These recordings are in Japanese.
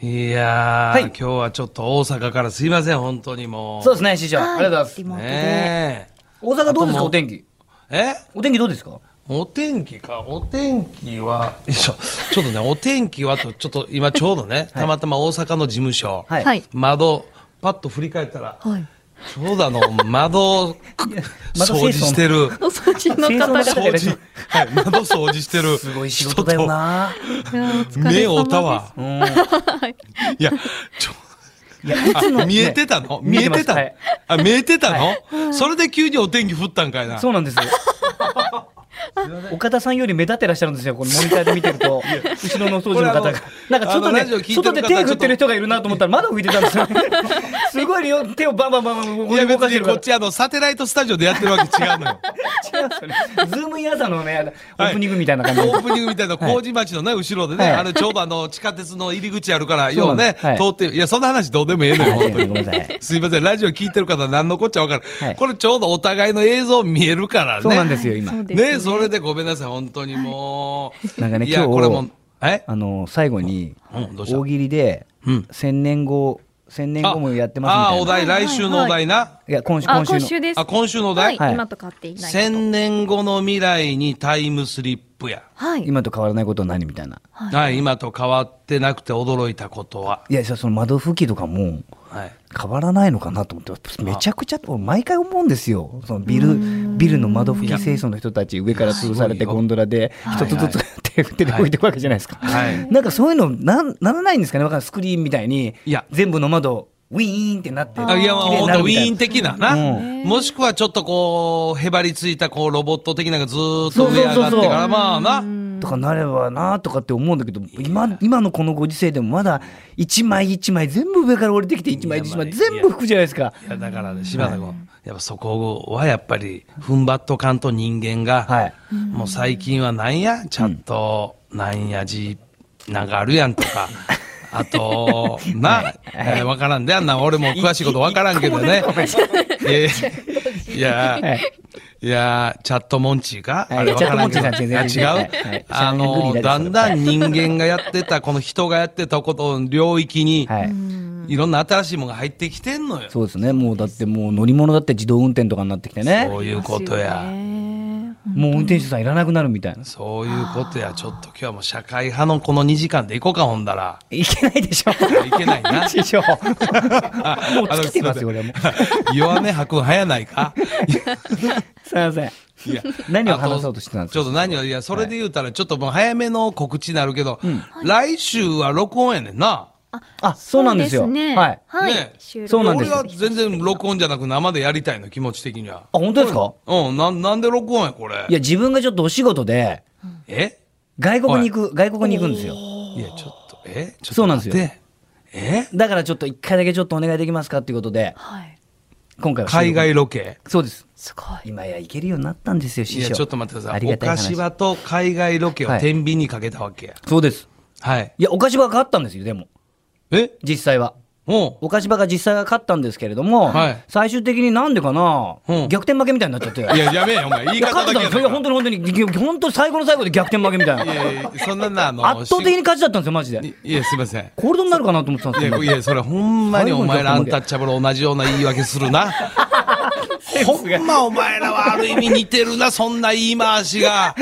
いやー、はい今日はちょっと大阪からすいません、本当にもう。そうですね、師匠。ありがとうございリまモートで、ねす。大阪どうですあともか、うお天気。え。えお天気どうですかお天気か、お天気は、よいしょ、ちょっとね、お天気はと、ちょっと今ちょうどね、たまたま大阪の事務所、はいはい窓、パッと振り返ったら、はい。ちょうどあの、 窓を、 窓掃除してる。お掃除の清掃方がの方掃除、はい、窓掃除してる。すごい仕事だよな。いやーお疲れ様です目を追ったわ。 うん。いや、ちょ、いや、いつの。あ見えてたのね見えてたの見えてあ、見えてたのそれで急にお天気降ったんかいな。そう なんです よ。岡田さんより目立ってらっしゃるんですよ、このモニターで見てると、後ろのお掃除の方これあがの。なんかちょっとあのラジオ聞いてね、る方外で手振ってる人がいるなと思ったら、窓拭いてた んですよ。すごいよ、手をバンバンバンバンいや、動別かしてにるかこっら。ちあの、サテライトスタジオでやってるわけ違うの よ。違うんですよねズームイン朝のね、オはいープニングみたいな感じでオープニングみたいな麹町のね、後ろでね、はいあれちょうどあの、地下鉄の入り口あるから、そよううなんねですは、い通って、いや、そんな話どうでもええのよ、はい本当ごめんなさいに。すいません、ラジオ聞いてる方何のこっちゃわかるはい。これちょうどお互いの映像見えるからね。そうなんですよ、今。そうですねね、それでごめんなさい、本当にもう。なんかねいや、今日これも、えあの最後にうんどうした大喜利でうん千年後千年後もやってあまあすー、みおたいな。題、来週のお題な。いや今週あ、今週今の週です。あ、今週のおは題い、はい今と変わっていないこと。千年後の未来にタイムスリップや。はい。今と変わらないことは何みたいな。はい、今と変わってなくて驚いたことは。いやその窓拭きとかもはい。変わらないのかなと思ってめちゃくちゃ俺毎回思うんですよ。そのビルビルの窓拭き清掃の人たち上から潰すごされていよゴンドラで一つずはつ手手で置いていくわけじゃないですか。 はいなんかそういうのなんならないんですかね。わかんないスクリーンみたいにいや全部の窓ウィーンってなってあいや、綺麗ほんになると、ウみィたいーなン的なな、うもしくはちょっとこう、へばりついたこうロボット的なのがずーっとそうそう上上がってそうかそら、うまあな、とかなればなとかって思うんだけど今今のこのご時世でもまだ一枚一枚全部上から降りてきて一枚一枚いや全部服じゃないですか。いやだからね、柴田君、やっぱそこはやっぱり、踏ん張っとかんと人間が、はいもう最近はなんや、ちゃんと、なんやじ、なんかあるやんと か、あと、な、えーわからんで、あんなん俺も詳しいことわからんけどね。いやいやいやは い、いや、チャットモンチーか、はいあれわからんけどチャットモンチーさん全然あ違はう、いはいあシャングの、リだラですんだん人間がやってた、この人がやってたことの領域に、はいいろんな新しいものが入ってきてんのよ。そうですねもうだってもう乗り物だって自動運転とかになってきてねそういうことえや。ーもう運転手さんいらなくなるみたいなそういうことや。ちょっと今日はもう社会派のこの2時間で行こうか、ほんだら。いけないでしょ。いけないな 師匠もうあ尽きてますよあの俺 もいません弱音吐くん早ないか。すいませんいや何を話そうとしてたんですかあちょっと何を、いや、それで言うたら、ちょっともう早めの告知になるけど、来週は録音やねんな。あそうなんですよそうねはいあはねい。収録そうなんです俺は全然録音じゃなく生でやりたいの、気持ち的には。本当ですかうん、なん、なんで録音や、これい。や自分がちょっとお仕事でえ外国に行く外国に行くんですよいや、ちょっと、えちょっとそうなんですよ待ってえだからちょっと一回だけちょっとお願いできますかっていうことではい。今回は収録海外ロケ。そうですすごい。今や行けるようになったんですよ、師い匠。や、ちょっと待ってくだあさい。りがおたい菓話子場と海外ロケをはい天秤にかけたわけや。そうです。はい。いや、お菓子場が勝ったんですよ、でも。え実際は。もお菓子場が実際は勝ったんですけれども、はい最終的になんでかな、うん。逆転負けみたいになっちゃって。いういや、やめえよ、お前。言いや方勝っだけてたんでやすよ。いや、本当に本当にぎ、本当に最後の最後で逆転負けみたいいな。やいや、そんなな、あの、圧倒的に勝ちだったんですよ、マジで。し。いや、すいません。コールドになるかなと思ってたんでいすよや、い。 やそれほんまにお前らアンタッチャブル同じような言い訳するな。ほんまお前らはある意味似てるな、そんな言い回しが。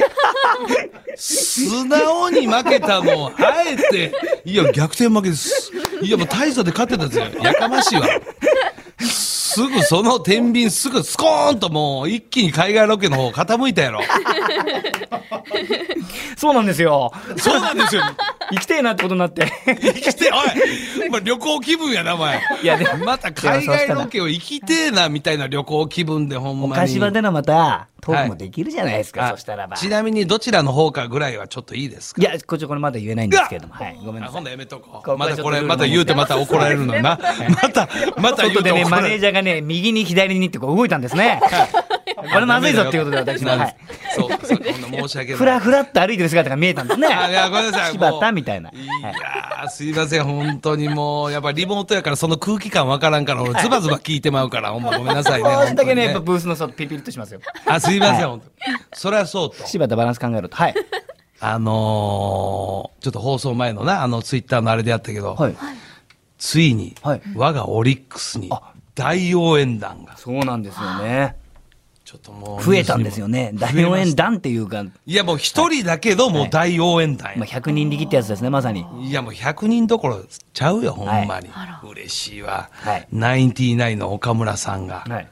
素直に負けたのを、あえて、いや、逆転負けです。いや、もう大差で勝ってたんですよ。やかましいわ。すぐその天秤すぐスコーンともう一気に海外ロケの方傾いたやろ。そうなんですよ。 そうなんですよ。行きてえなってことになって。生きて、おい、お前旅行気分やな、お前。いや、でも、また海外ロケを生きてえなみたいな旅行気分でほんまおに。菓子場でのまた、トークもはいできるじゃないですか、あそしたらば。ちなみにどちらの方かぐらいはちょっといいですかいや、こっちこれまだ言えないんですけれども。はい、ごめんあなさほいん。ならやめとここう。はまたこれ、ちょっとまた言うてまた怒られるの な。また、また言外うでてね、怒マらネれーる。ジャーがね、右に左にってこう動いたんですね。これまずいぞっていうことで、私も。はいそう、そう、こんな申し訳ない。ふらふらっと歩いてる姿が見えたんですね。あいやごめんなさい柴もう田みたいな。いやーすいません、本当にもう、やっぱリモートやから、その空気感わからんから、俺、ズバズバ聞いてまうから、ほんまごめんな さいね。少しだけね、やっぱ本ブースの外ピリピリっとしますよ。当にねあ、すいません、本当に。そりゃそうと。柴田バランス考えろと。はい。あのーちょっと放送前のな、あのツイッターのあれであったけど、はい。ついに、はい我がオリックスにあ大応援団が、そうなんですよね。ちょっともう、増えたんですよね。大応援団っていうか、いやもう一人だけど、もう大応援団や。まあ、100人力ってやつですね、まさに。いやもう100人どころちゃうよ、ほんまに。嬉しいわ。ナインティナインの岡村さんが、はい。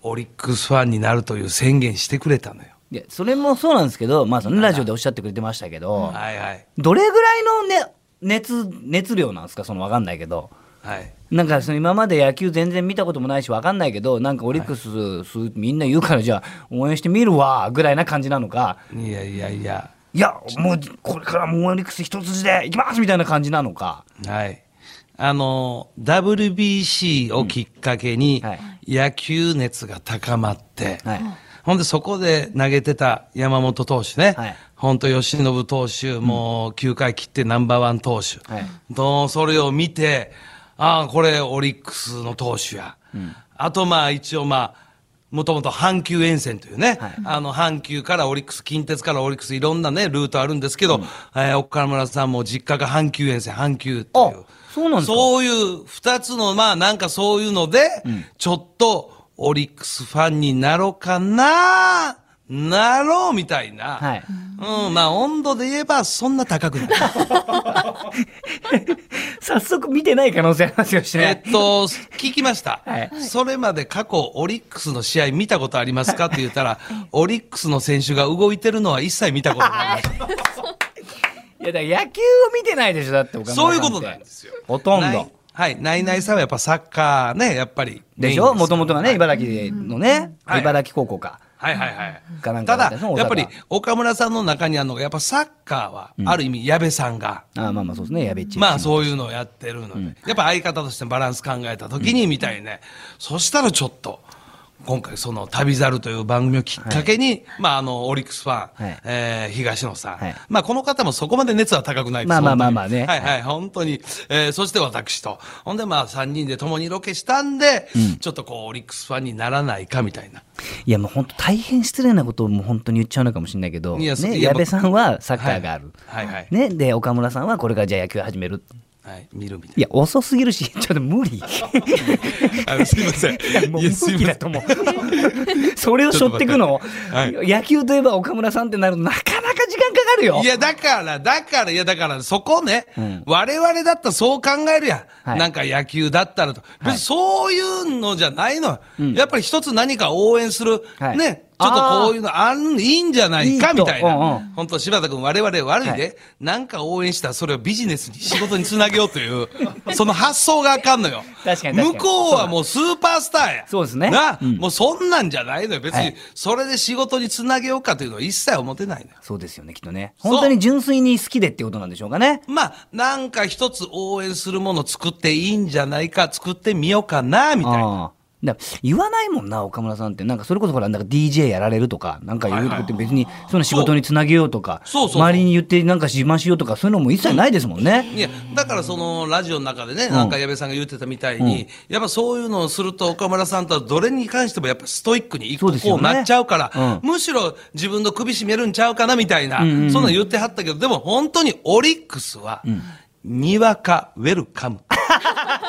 オリックスファンになるという宣言してくれたのよ。いや、それもそうなんですけど、まあ、そのラジオでおっしゃってくれてましたけど、はいはい。どれぐらいのね、熱、熱量なんですかそのわかんないけど。はい。なんかその今まで野球全然見たこともないしわかんないけどなんかオリックス、すみんな言うからじゃあ応援してみるわぐらいな感じなのかいやいやいや。いやもうこれからもオリックス一筋でいきますみたいな感じなのかはい。あの、WBC をきっかけにうんは、野球熱が高まって、はいほんでそこで投げてた山本投手ね、はい本当吉信投手、もう9回切ってナンバーワン投手、はいどうそれを見て、ああ、これオリックスの投手や。あとまあ一応まあ、もともと阪急沿線というね、はいあの阪急からオリックス、近鉄からオリックス、いろんなね、ルートあるんですけど、えー岡村さんも実家が阪急沿線、阪急っていうあ。そうなんですかそういう二つの、まあなんかそういうので、ちょっとオリックスファンになろうかな、なろうみたいな。はいうん、まあ温度で言えばそんな高 くない。早速見てない可能性ありますよしえねっと、聞きました、はいそれまで過去、オリックスの試合見たことありますかって言ったら、オリックスの選手が動いてるのは一切見たことない。いやだから野球を見てないでしょだって岡村さそんっうていうことなんですよ。ほとんなどいはい、ナイナイさんはやっぱサッカーね、やっぱりメインですしから。ょもともとがね茨城のね、はい茨城高校かはいはいはいかなんかただだったんですね、やっぱ大り阪岡村さんの中にあるのが、やっぱサッカーは、ある意味、矢部さんが、あまあまあそうですねやべっちまあそういうのをやってるので、やっぱ相方としてバランス考えた時にみたいね、そしたらちょっと今回その「旅猿」という番組をきっかけに、まああのオリックスファン、はいえー東野さん、はいまあこの方もそこまで熱は高くないですまあまあまあまあね本当にはいはい本当に、えーそして私とほんでまあ3人で共にロケしたんで、ちょっとこうオリックスファンにならないかみたいないやもう本当大変失礼なことをもう本当に言っちゃうのかもしれないけどいやそうね、いや矢部さんはサッカーがある、はいはいはい、ね、で岡村さんはこれからじゃあ野球始めるはい、見るみたいいや遅すぎるしちょっと 無理いなあのすいませんやもういや無すいま理せんだと思う それを背負ってくの、はい野球といえば岡村さんってなるとなかなか時間かかるよいや、だから、だから、いや、だから、そこね、うん我々だったらそう考えるやん。はいなんか野球だったらと。別にそういうのじゃないの。んやっぱり一つ何か応援する、はいね、ちょっとこういうのあん、いいんじゃないいか、いとみたいな。うんうん本当柴田君、我々悪いで、はいなんか応援したらそれをビジネスに、仕事につなげようという、 その発想があかんのよ。確かに確かに向こうはもうスーパースターや。そうですねな、うんもうそんなんじゃないのよ。別はにい、それで仕事につなげようかというのは一切思ってないのよ。そうですよねきっとねそう本当に純粋に好きでってことなんでしょうかねまあ、なんか一つ応援するもの作っていいんじゃないか、作ってみようかな、みたいな。ああだから言わないもんな岡村さんってなんかそれこそほらなんか DJ やられるとかなんか言うとかって別にその仕事につなげようとかそうそうそう周りに言ってなんか自慢しようとかそういうのも一切ないですもんね。いや、だからそのラジオの中でね、なんか矢部さんが言ってたみたいに、やっぱそういうのをすると岡村さんとはどれに関してもやっぱストイックに一そう個ですよこねうなっちゃうから、うむしろ自分の首絞めるんちゃうかなみたいな、そんなん言ってはったけど、でも本当にオリックスは、にわかウェルカ ム。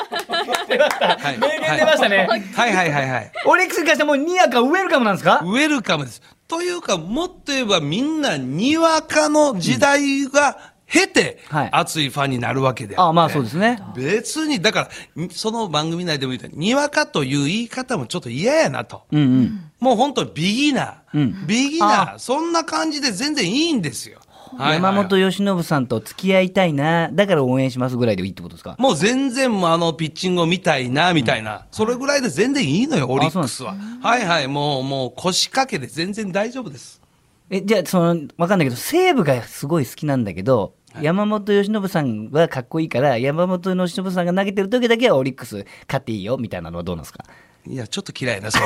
はいしたね。はいはいはいはい。オリックスに関してはもうニヤかウェルカムなんですかウェルカムです。というか、もっと言えばみんなにわかの時代が経て、はい熱いファンになるわけであって。ああまあそうですね。別に、だから、んその番組内でも言ったように、にわかという言い方もちょっと嫌やなと。うんうん。もう本当ビギナー、うんビギナあー、そんな感じで全然いいんですよ。はいはい山本由伸さんと付き合いたいなだから応援しますぐらいでいいってことですかもう全然もうあのピッチングを見たいな、みたいな、それぐらいで全然いいのよ、オリックスは。はいはい、もう、もう腰掛けで全然大丈夫です。えじゃあそのわかんないけど西武がすごい好きなんだけど、山本由伸さんはかっこいいから山本由伸さんが投げてる時だけはオリックス勝っていいよみたいなのはどうなんですかいや、ちょっと嫌いな、そう。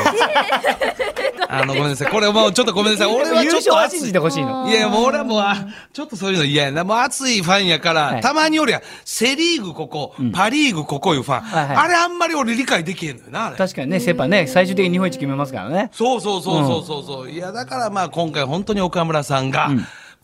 あの、ごめんなさい。これもうちょっとごめんなさい。 俺はちょっ優と勝は熱信い。じいてほしいの。やいや、もう俺はもう、あちょっとそういうの嫌やな。もう熱いファンやから、はいたまに俺は、セリーグここ、パリーグここいうファン。はいはいあれあんまり俺理解できへんのよな、あれ。確かにね、セ・パね、最終的に日本一決めますからね。そうそうそうそうそうそう、いやだからまあ今回本当に岡村さんが、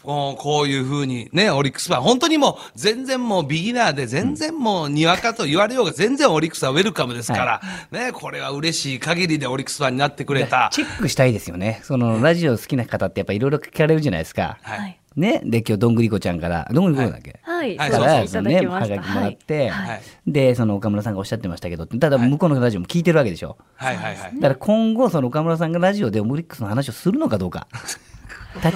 こうこういう風に、ね、オリックスファン、本当にもう、全然もうビギナーで、全然もうにわかと言われようが、全然オリックスはウェルカムですから、ね、これは嬉しい限りでオリックスファンになってくれた。チェックしたいですよね。そのラジオ好きな方ってやっぱいろいろ聞かれるじゃないですか。は。はいい。ね、で今日どんぐりこちゃんからどんぐりこだっけ、はい。はいそうかでらすいそたのだねきはがましきた。もらっはい。て、はいはいでその岡村さんがおっしゃってましたけどただ向こうのラジオも聞いてるわけでしょ。はいはいはい。だから今後その岡村さんがラジオでオムリックスの話をするのかど うか。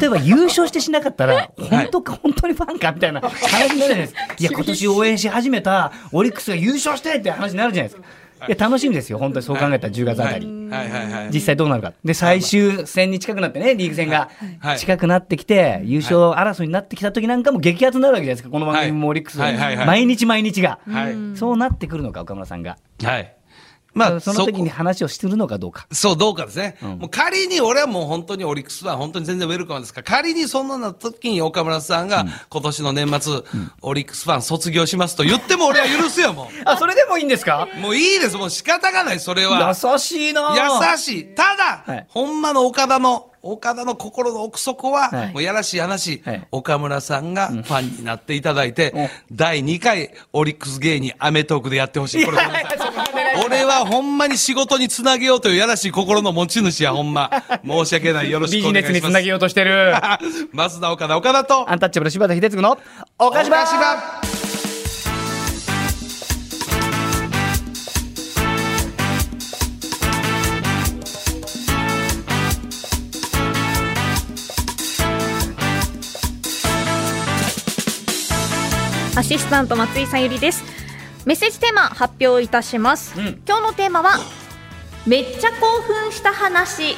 例えば優勝してしなかったら、本当か、本当にファンかみたいな話になるじゃな いですか。いや、今年応援し始めたオリックスが優勝してって話になるじゃないですか。いや、楽しみですよ、本当にそう考えたら10月あたり。はいはいはい。実際どうなるか。で、最終戦に近くなってね、リーグ戦がはい近くなってきて、優勝争いになってきた時なんかも激アツになるわけじゃないですか、この番組もオリックスもはいはいはいはい毎日毎日が。はい。そうなってくるのか、岡村さんが。はい。まあ、その時そにこ話をするのかどうか。そう、どうかですね。もう仮に俺はもう本当にオリックスは本当に全然ウェルカムですから、仮にそんなの時に岡村さんが今年の年末、オリックスファン卒業しますと言っても俺は許すよ、もあ、それでもいいんですかう。もういいです、もう仕方がない、それは。優しいな優しい。ただ、はいほんまの岡田の、岡田の心の奥底は、はいもうやらしい話、はい岡村さんがファンになっていただいて、うん第2回オリックス芸人アメトークでやってほしい。これごめんなさい俺はほんまに仕事につなげようというやらしい心の持ち主や、ほんま。申し訳ない。よろしビくおジ願ネいスします。につなげようとしてる松田岡田、岡田と、アンタッチャブル柴田秀嗣の岡島アシスタント松井さゆりです。メッセージテーマ発表いたします。うん今日のテーマはめっちゃ興奮した話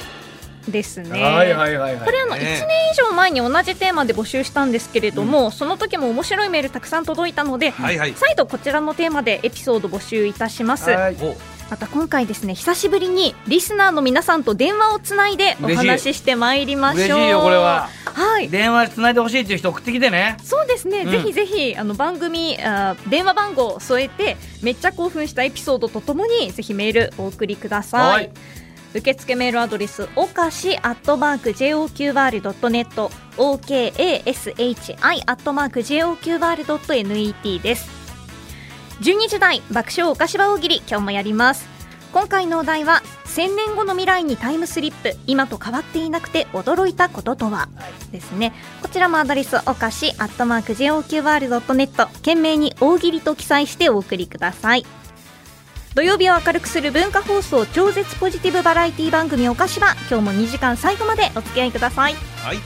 ですね。はいはいはいはいこれあの1ね年以上前に同じテーマで募集したんですけれども、その時も面白いメールたくさん届いたので、はいはい再度こちらのテーマでエピソード募集いたします。はいおまた今回ですね久しぶりにリスナーの皆さんと電話をつないでお嬉しい話ししてまいりましょ嬉うしいよこれははい電話つないでほしいっていう人送ってきてねそうですね、うんぜひぜひあの番組あー電話番号を添えてめっちゃ興奮したエピソードとともにぜひメールお送りください、はい受付メールアドレスおかしアットマーク JOQR.net OKASHI アットマーク JOQR.net です12時台爆笑おかしば大喜利今日もやります今回のお題は1000年後の未来にタイムスリップ今と変わっていなくて驚いたこととは、ですねこちらもアドレスおかしアットマーク JOQR.net 懸命に大喜利と記載してお送りください土曜日を明るくする文化放送超絶ポジティブバラエティ番組おかしば今日も2時間最後までお付き合いくださいはい。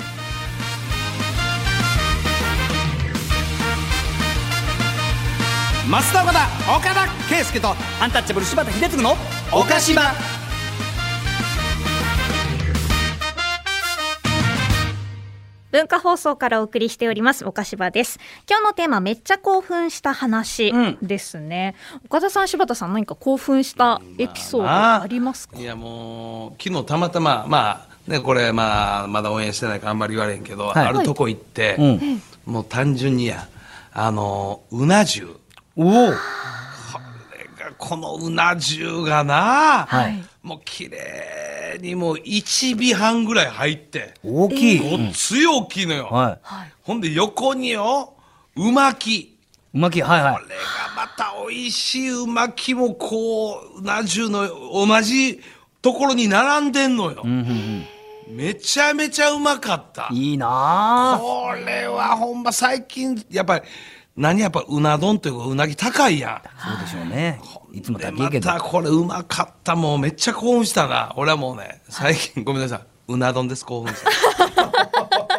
増田岡田岡田圭佑とアンタッチャブル柴田秀嗣の岡島文化放送からお送りしております岡柴です今日のテーマめっちゃ興奮した話うんですね、岡田さん柴田さん何か興奮したエピソードありますか、いやもう昨日たまたままあねこれまあまだ応援してないからあんまり言われへんけど、はいあるとこ行って、うんもう単純にやあのうな重こおおれがこのうな重がな、はいもう綺麗にもう1尾半ぐらい入って大きごいっつい大きいのよ、はほんで横によう巻きいうまきはいこはれがまた美味しいう巻きもこううな重の同じところに並んでんのよ、いうんうんめちゃめちゃうまかったうん。いいなこれはほんま最近、やっぱり、何やっぱうな丼というかうなぎ高いやん。あそうでしょうねいつもで高いまけどたこれうまかった。もうめっちゃ興奮したな。俺はもうね、最近ごめんなさい。うな丼です、興奮 した。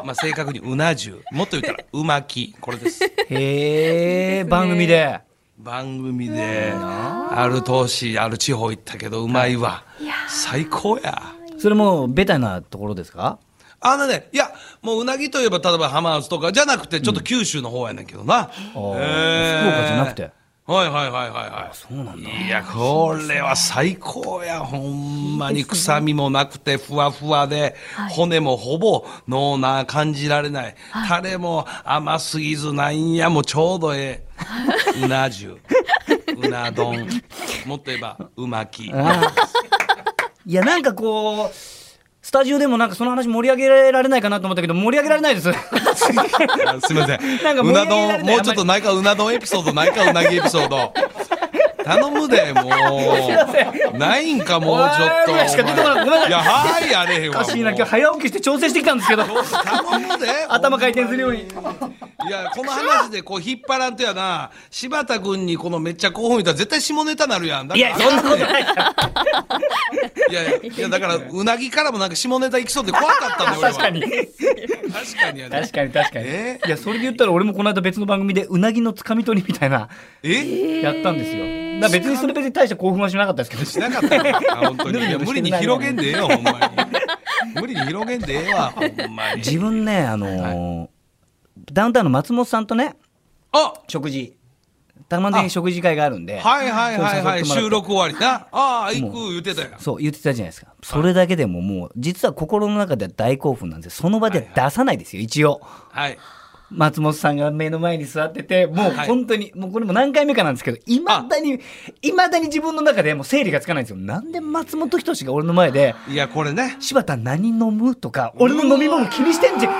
まあ正確にうな重。もっと言ったらうまき。これです。へえ番組で番組で、ある投資、ある地方行ったけどうまいわ。最高や。それもうベタなところですかあのね、いや、もううなぎといえば、例えば浜松とかじゃなくて、ちょっと九州の方やねんけどな。あー福岡じゃなくて。はいはいはいはいはい。そうなんだ。いや、これは最高や、ほんまに臭みもなくて、ふわふわで、骨もほぼ脳な感じられない。タレも甘すぎずなんや、もうちょうどええ。うな重。うな丼。もっと言えば、う巻 き。ああいやなんか こうスタジオでもなんかその話盛り上げられないかなと思ったけど盛り上げられないです。すみません。なんか盛り上げられなないう丼、もうちょっあんまりとないか、うな丼エピソ ードないか、うなぎエピソード。頼むで、もう。ないんか、もうちょっと。わーぐらいしか出てこなくごめんなさいいや、はい、やれへんおわ。かしいなもう今日早起きして調整してきたんですけど頼むで。頭回転するようにいや、この話でこう引っ張らんとやな、柴田君にこのめっちゃ興奮いたら絶対下ネタなるやん。だいからやそんなことないいやいや、いやだから、うなぎからもなんか下ネタいきそうで怖かったんだ俺は。確か。に確かにやね確。かに確かにえいやそれで言ったら俺もこの間別の番組でうなぎのつかみ取りみたいなえやったんですよだから別にそれ別に大した興奮はしなかったですけどしなかった よあ本当に。いや、無理に広げんでええよ、ほんまに。無理に広げんでええわ、 ほんまに。自分ねあのーダウンタウンの松本さんとねあ食事たまに食事会があるんではいはいはいはい、そう誘ってもらって収録終わりな。ああ、行く言ってたやん。そう言ってたじゃないですかそれだけでももう実は心の中では大興奮なんですよその場では出さないですよ一応はい。松本さんが目の前に座っててもうはい本当にもうこれも何回目かなんですけどいまだにいまだに自分の中でもう整理がつかないんですよなんで松本人志が俺の前でいや、これね「。柴田何飲む?」とか俺の飲み物気にしてんじゃんえ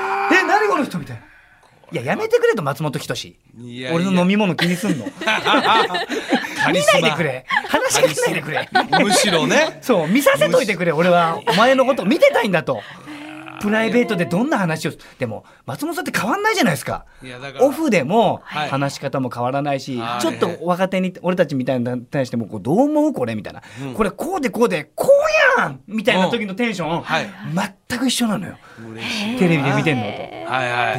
何この人みたいないややめてくれと松本人志いやいや俺の飲み物気にすん のカ 見リなスいでマく。れ話しかけないでくれむしろね。そう見させといてくれ俺はお前のこと見てたいんだとプライベートでどんな話をでも松本さんって変わんないじゃないですかいやだからオフでもはい話し方も変わらないし、はいちょっと若手に俺たちみたいなのに対してもこうどう思うこれみたいな、これこうでこうでこうやんみたいな時のテンション、はい全く一緒なのよ嬉しいテレビで見てんのと。はいは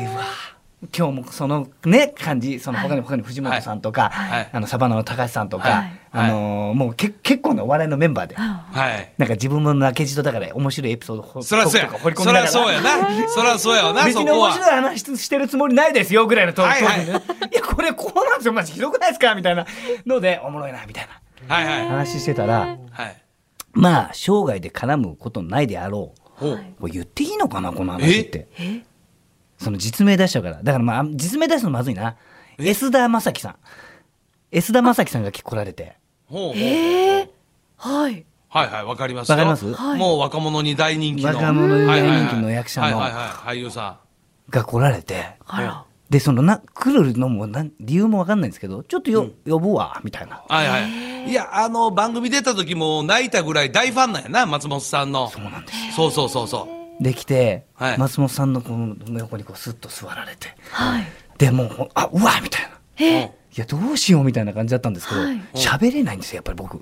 今日もそのね感じその他にも他にも藤本さんとか、はいあのサバンナの高橋さんとか、はいあのーもうけ結構なお笑いのメンバーで、い。はい。なんか自分の泣けじとだから面白いエピソードほそらそうやとか掘り。込んそだからそうやな。そらそうやわな、別そにこ面は。白い話してるつもりないですよぐらいのトーク、はいはいトークでねいやこれこうなんですよマジひどくないですかみたいなのでおもろいなみたいなはいはい。話してたらはい。まあ生涯で絡むことないであろうほう。これ言っていいのかなこの話ってその実名出しちゃうからだからまあ実名出すのまずいなえ安田正樹さん安田正樹さんが来られてほうほう。はい。はいはい、わかりますよ。わかりますはいもう若者に大人気の。若者に大人気の役者のはいはいはいはいはい、俳優さ。が来られてあら。でそのな来るのもなん理由も分かんないんですけどちょっとよ、呼ぶわみたいなんはいはい。いや、あの、番組出た時も泣いたぐらい大ファンなんやな、松本さんの。そうなんです。そうそうそうそう。できて、はい松本さんのこの横にこうスッと座られてはい。でもうあうわみたいなえいやどうしようみたいな感じだったんですけどはい喋、れないんですよやっぱり僕や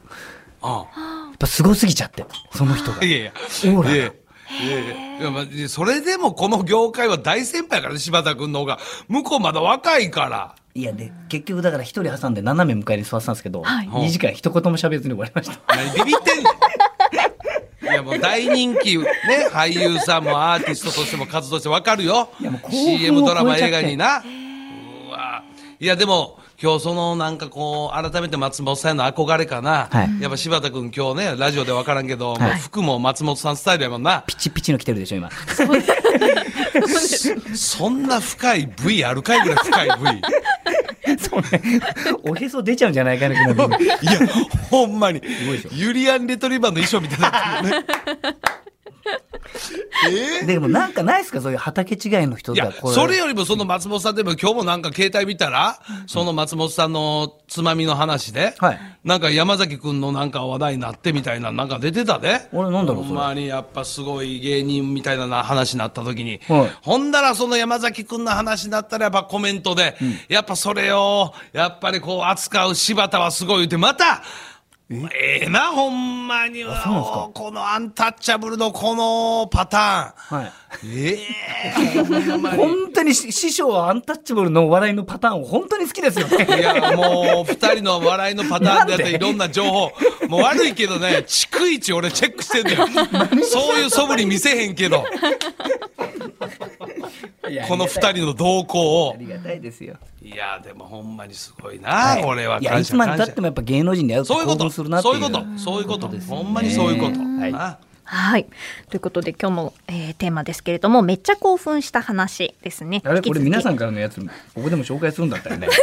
うっぱすごすぎちゃってその人がん。いやいや。オーラがいやいやいやいやまあそれでもこの業界は大先輩やからね、柴田君の方が。向こうまだ若いから。いやで結局だから一人挟んで斜め向かいに座ってたんですけど、はい2時間一言も喋れずに終わりました何ビビってんねんいやもう大人気ね俳優さんもアーティストとしても活動してわかるよいやもう興奮を CM ドラマ超えちゃっ映て画になうわいやでも今日そのなんかこう改めて松本さんへの憧れかな、はいやっぱ柴田君今日ねラジオでわからんけど、もうはい服も松本さんスタイルやもんなピチピチの来てるでしょ今そんな深い部位あるかいぐらい深い部 位そうねおへそ出ちゃうんじゃないか なこの部分いやほんまにごいでしょユリアン・レトリバーの衣装みたいになってるよねえーでもなんかないですかそういう畑違いの人いがや、それよりもその松本さんでも今日もなんか携帯見たら、その松本さんのつまみの話で、はいなんか山崎くんのなんか話題になってみたいな、なんか出てたで。俺なんだろうそほれんまにやっぱすごい芸人みたいな話になった時に、はいほんだらその山崎くんの話になったらやっぱコメントで、やっぱそれを、やっぱりこう扱う柴田はすごい言って、また、ええな、ほんまに。そうなんすかこのアンタッチャブルのこのパターン。はいええほんまに本当にし師匠はアンタッチャブルの笑いのパターンを本当に好きですよね。いや、もう、二人の笑いのパターンであったなんり、でいろんな情報。もう悪いけどね、逐一俺チェックしてんだよ。そういう素振り見せへんけど、この二人の動向をあ。りがたいですよ。いや、でもほんまにすごいな、これは。いやいつまでたってもやっぱ芸能人に会うとそういうこ興と、奮するなってい。そうういうこと、そういうこと。ほんまにそういうこと。はいなはい。ということで今日の、えー、テーマですけれども、めっちゃ興奮した話ですね。あれこれ皆さん。 んからのやつここでも紹介するんだったよね。こ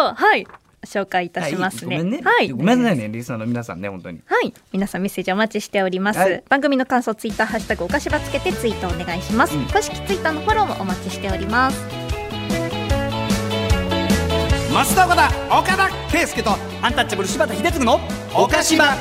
の後、はい。紹介いたしますね。はい、ごめんね、はい、ごめんなさいね、リスナーの皆さんね、本当に。はい、皆さんメッセージお待ちしております。はい番組の感想ツイッターハッシュタグおかしばつけてツイートお願いします。うん公式ツイッターのフォローもお待ちしております。増田岡田、岡田圭介と、アンタッチャブル柴田秀嗣の、岡島。